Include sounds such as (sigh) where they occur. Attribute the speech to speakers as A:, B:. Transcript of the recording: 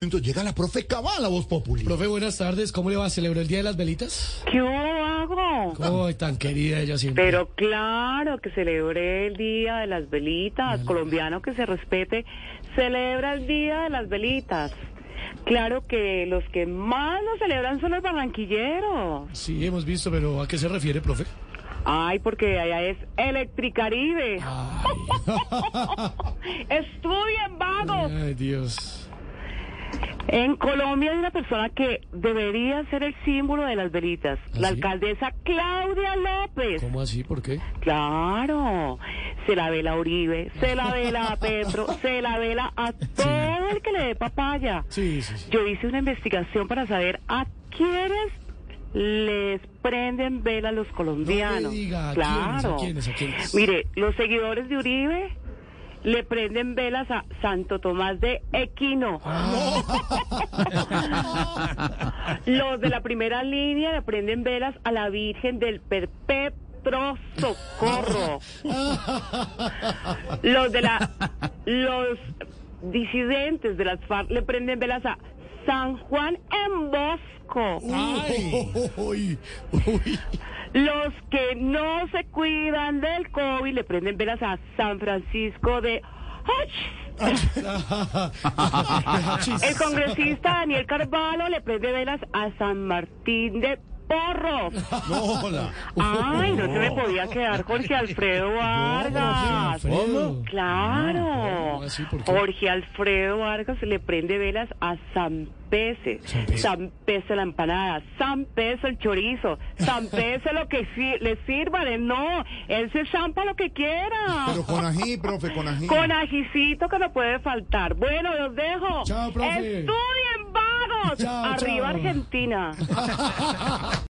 A: Entonces llega la profe Cabal a Voz Populi.
B: Profe, buenas tardes. ¿Cómo le va? ¿Celebró el Día de las Velitas?
C: ¿Qué hubo, hago?
B: Ay, tan querida ella siempre.
C: Pero claro que celebré el Día de las Velitas. Colombiano que se respete, celebra el Día de las Velitas. Claro que los que más lo celebran son los barranquilleros.
B: Sí, hemos visto, pero ¿a qué se refiere, profe?
C: Ay, porque allá es Electricaribe.
B: Ah.
C: Estudien,
B: (laughs)
C: vagos.
B: Ay, Dios.
C: En Colombia hay una persona que debería ser el símbolo de las velitas.
B: ¿Ah,
C: La
B: sí?
C: alcaldesa Claudia López.
B: ¿Cómo así? ¿Por qué?
C: Claro, se la vela a Uribe, se la vela a Petro, se la vela a todo el que le dé papaya.
B: Sí, sí, (laughs) sí.
C: Yo hice una investigación para saber a quiénes les prenden vela a los colombianos.
B: No me diga, ¿a
C: claro.
B: quiénes, a quiénes, a quiénes?
C: Mire, los seguidores de Uribe le prenden velas a Santo Tomás de Equino.
B: Ah,
C: (laughs) Los de la primera línea le prenden velas a la Virgen del Perpetuo Socorro. Los de la los disidentes de las FARC le prenden velas a San Juan en Bosco.
B: Ay.
A: (laughs) Uy, uy.
C: Los que no se cuidan del COVID le prenden velas a San Francisco de Hach.
B: Ah,
C: El congresista Daniel Carvalho le prende velas a San Martín de Porro.
A: No, hola.
C: Ay, no se me podía quedar Jorge Alfredo Vargas.
B: ¿Cómo?
C: Claro.
B: Ah, ¿cómo así? ¿Por qué?
C: Jorge Alfredo Vargas le prende velas a San Pese.
B: San Pese.
C: San Pese la empanada, San Pese el chorizo,
B: (laughs)
C: San Pese lo que si- le sirva. de- No, él se champa lo que quiera.
A: Pero con ají, profe, con ají.
C: Con ajicito que no puede faltar. Bueno, los dejo.
B: Chao, profe.
C: Estudien vagos.
B: Chao, (laughs) chao. (laughs)
C: Arriba Argentina.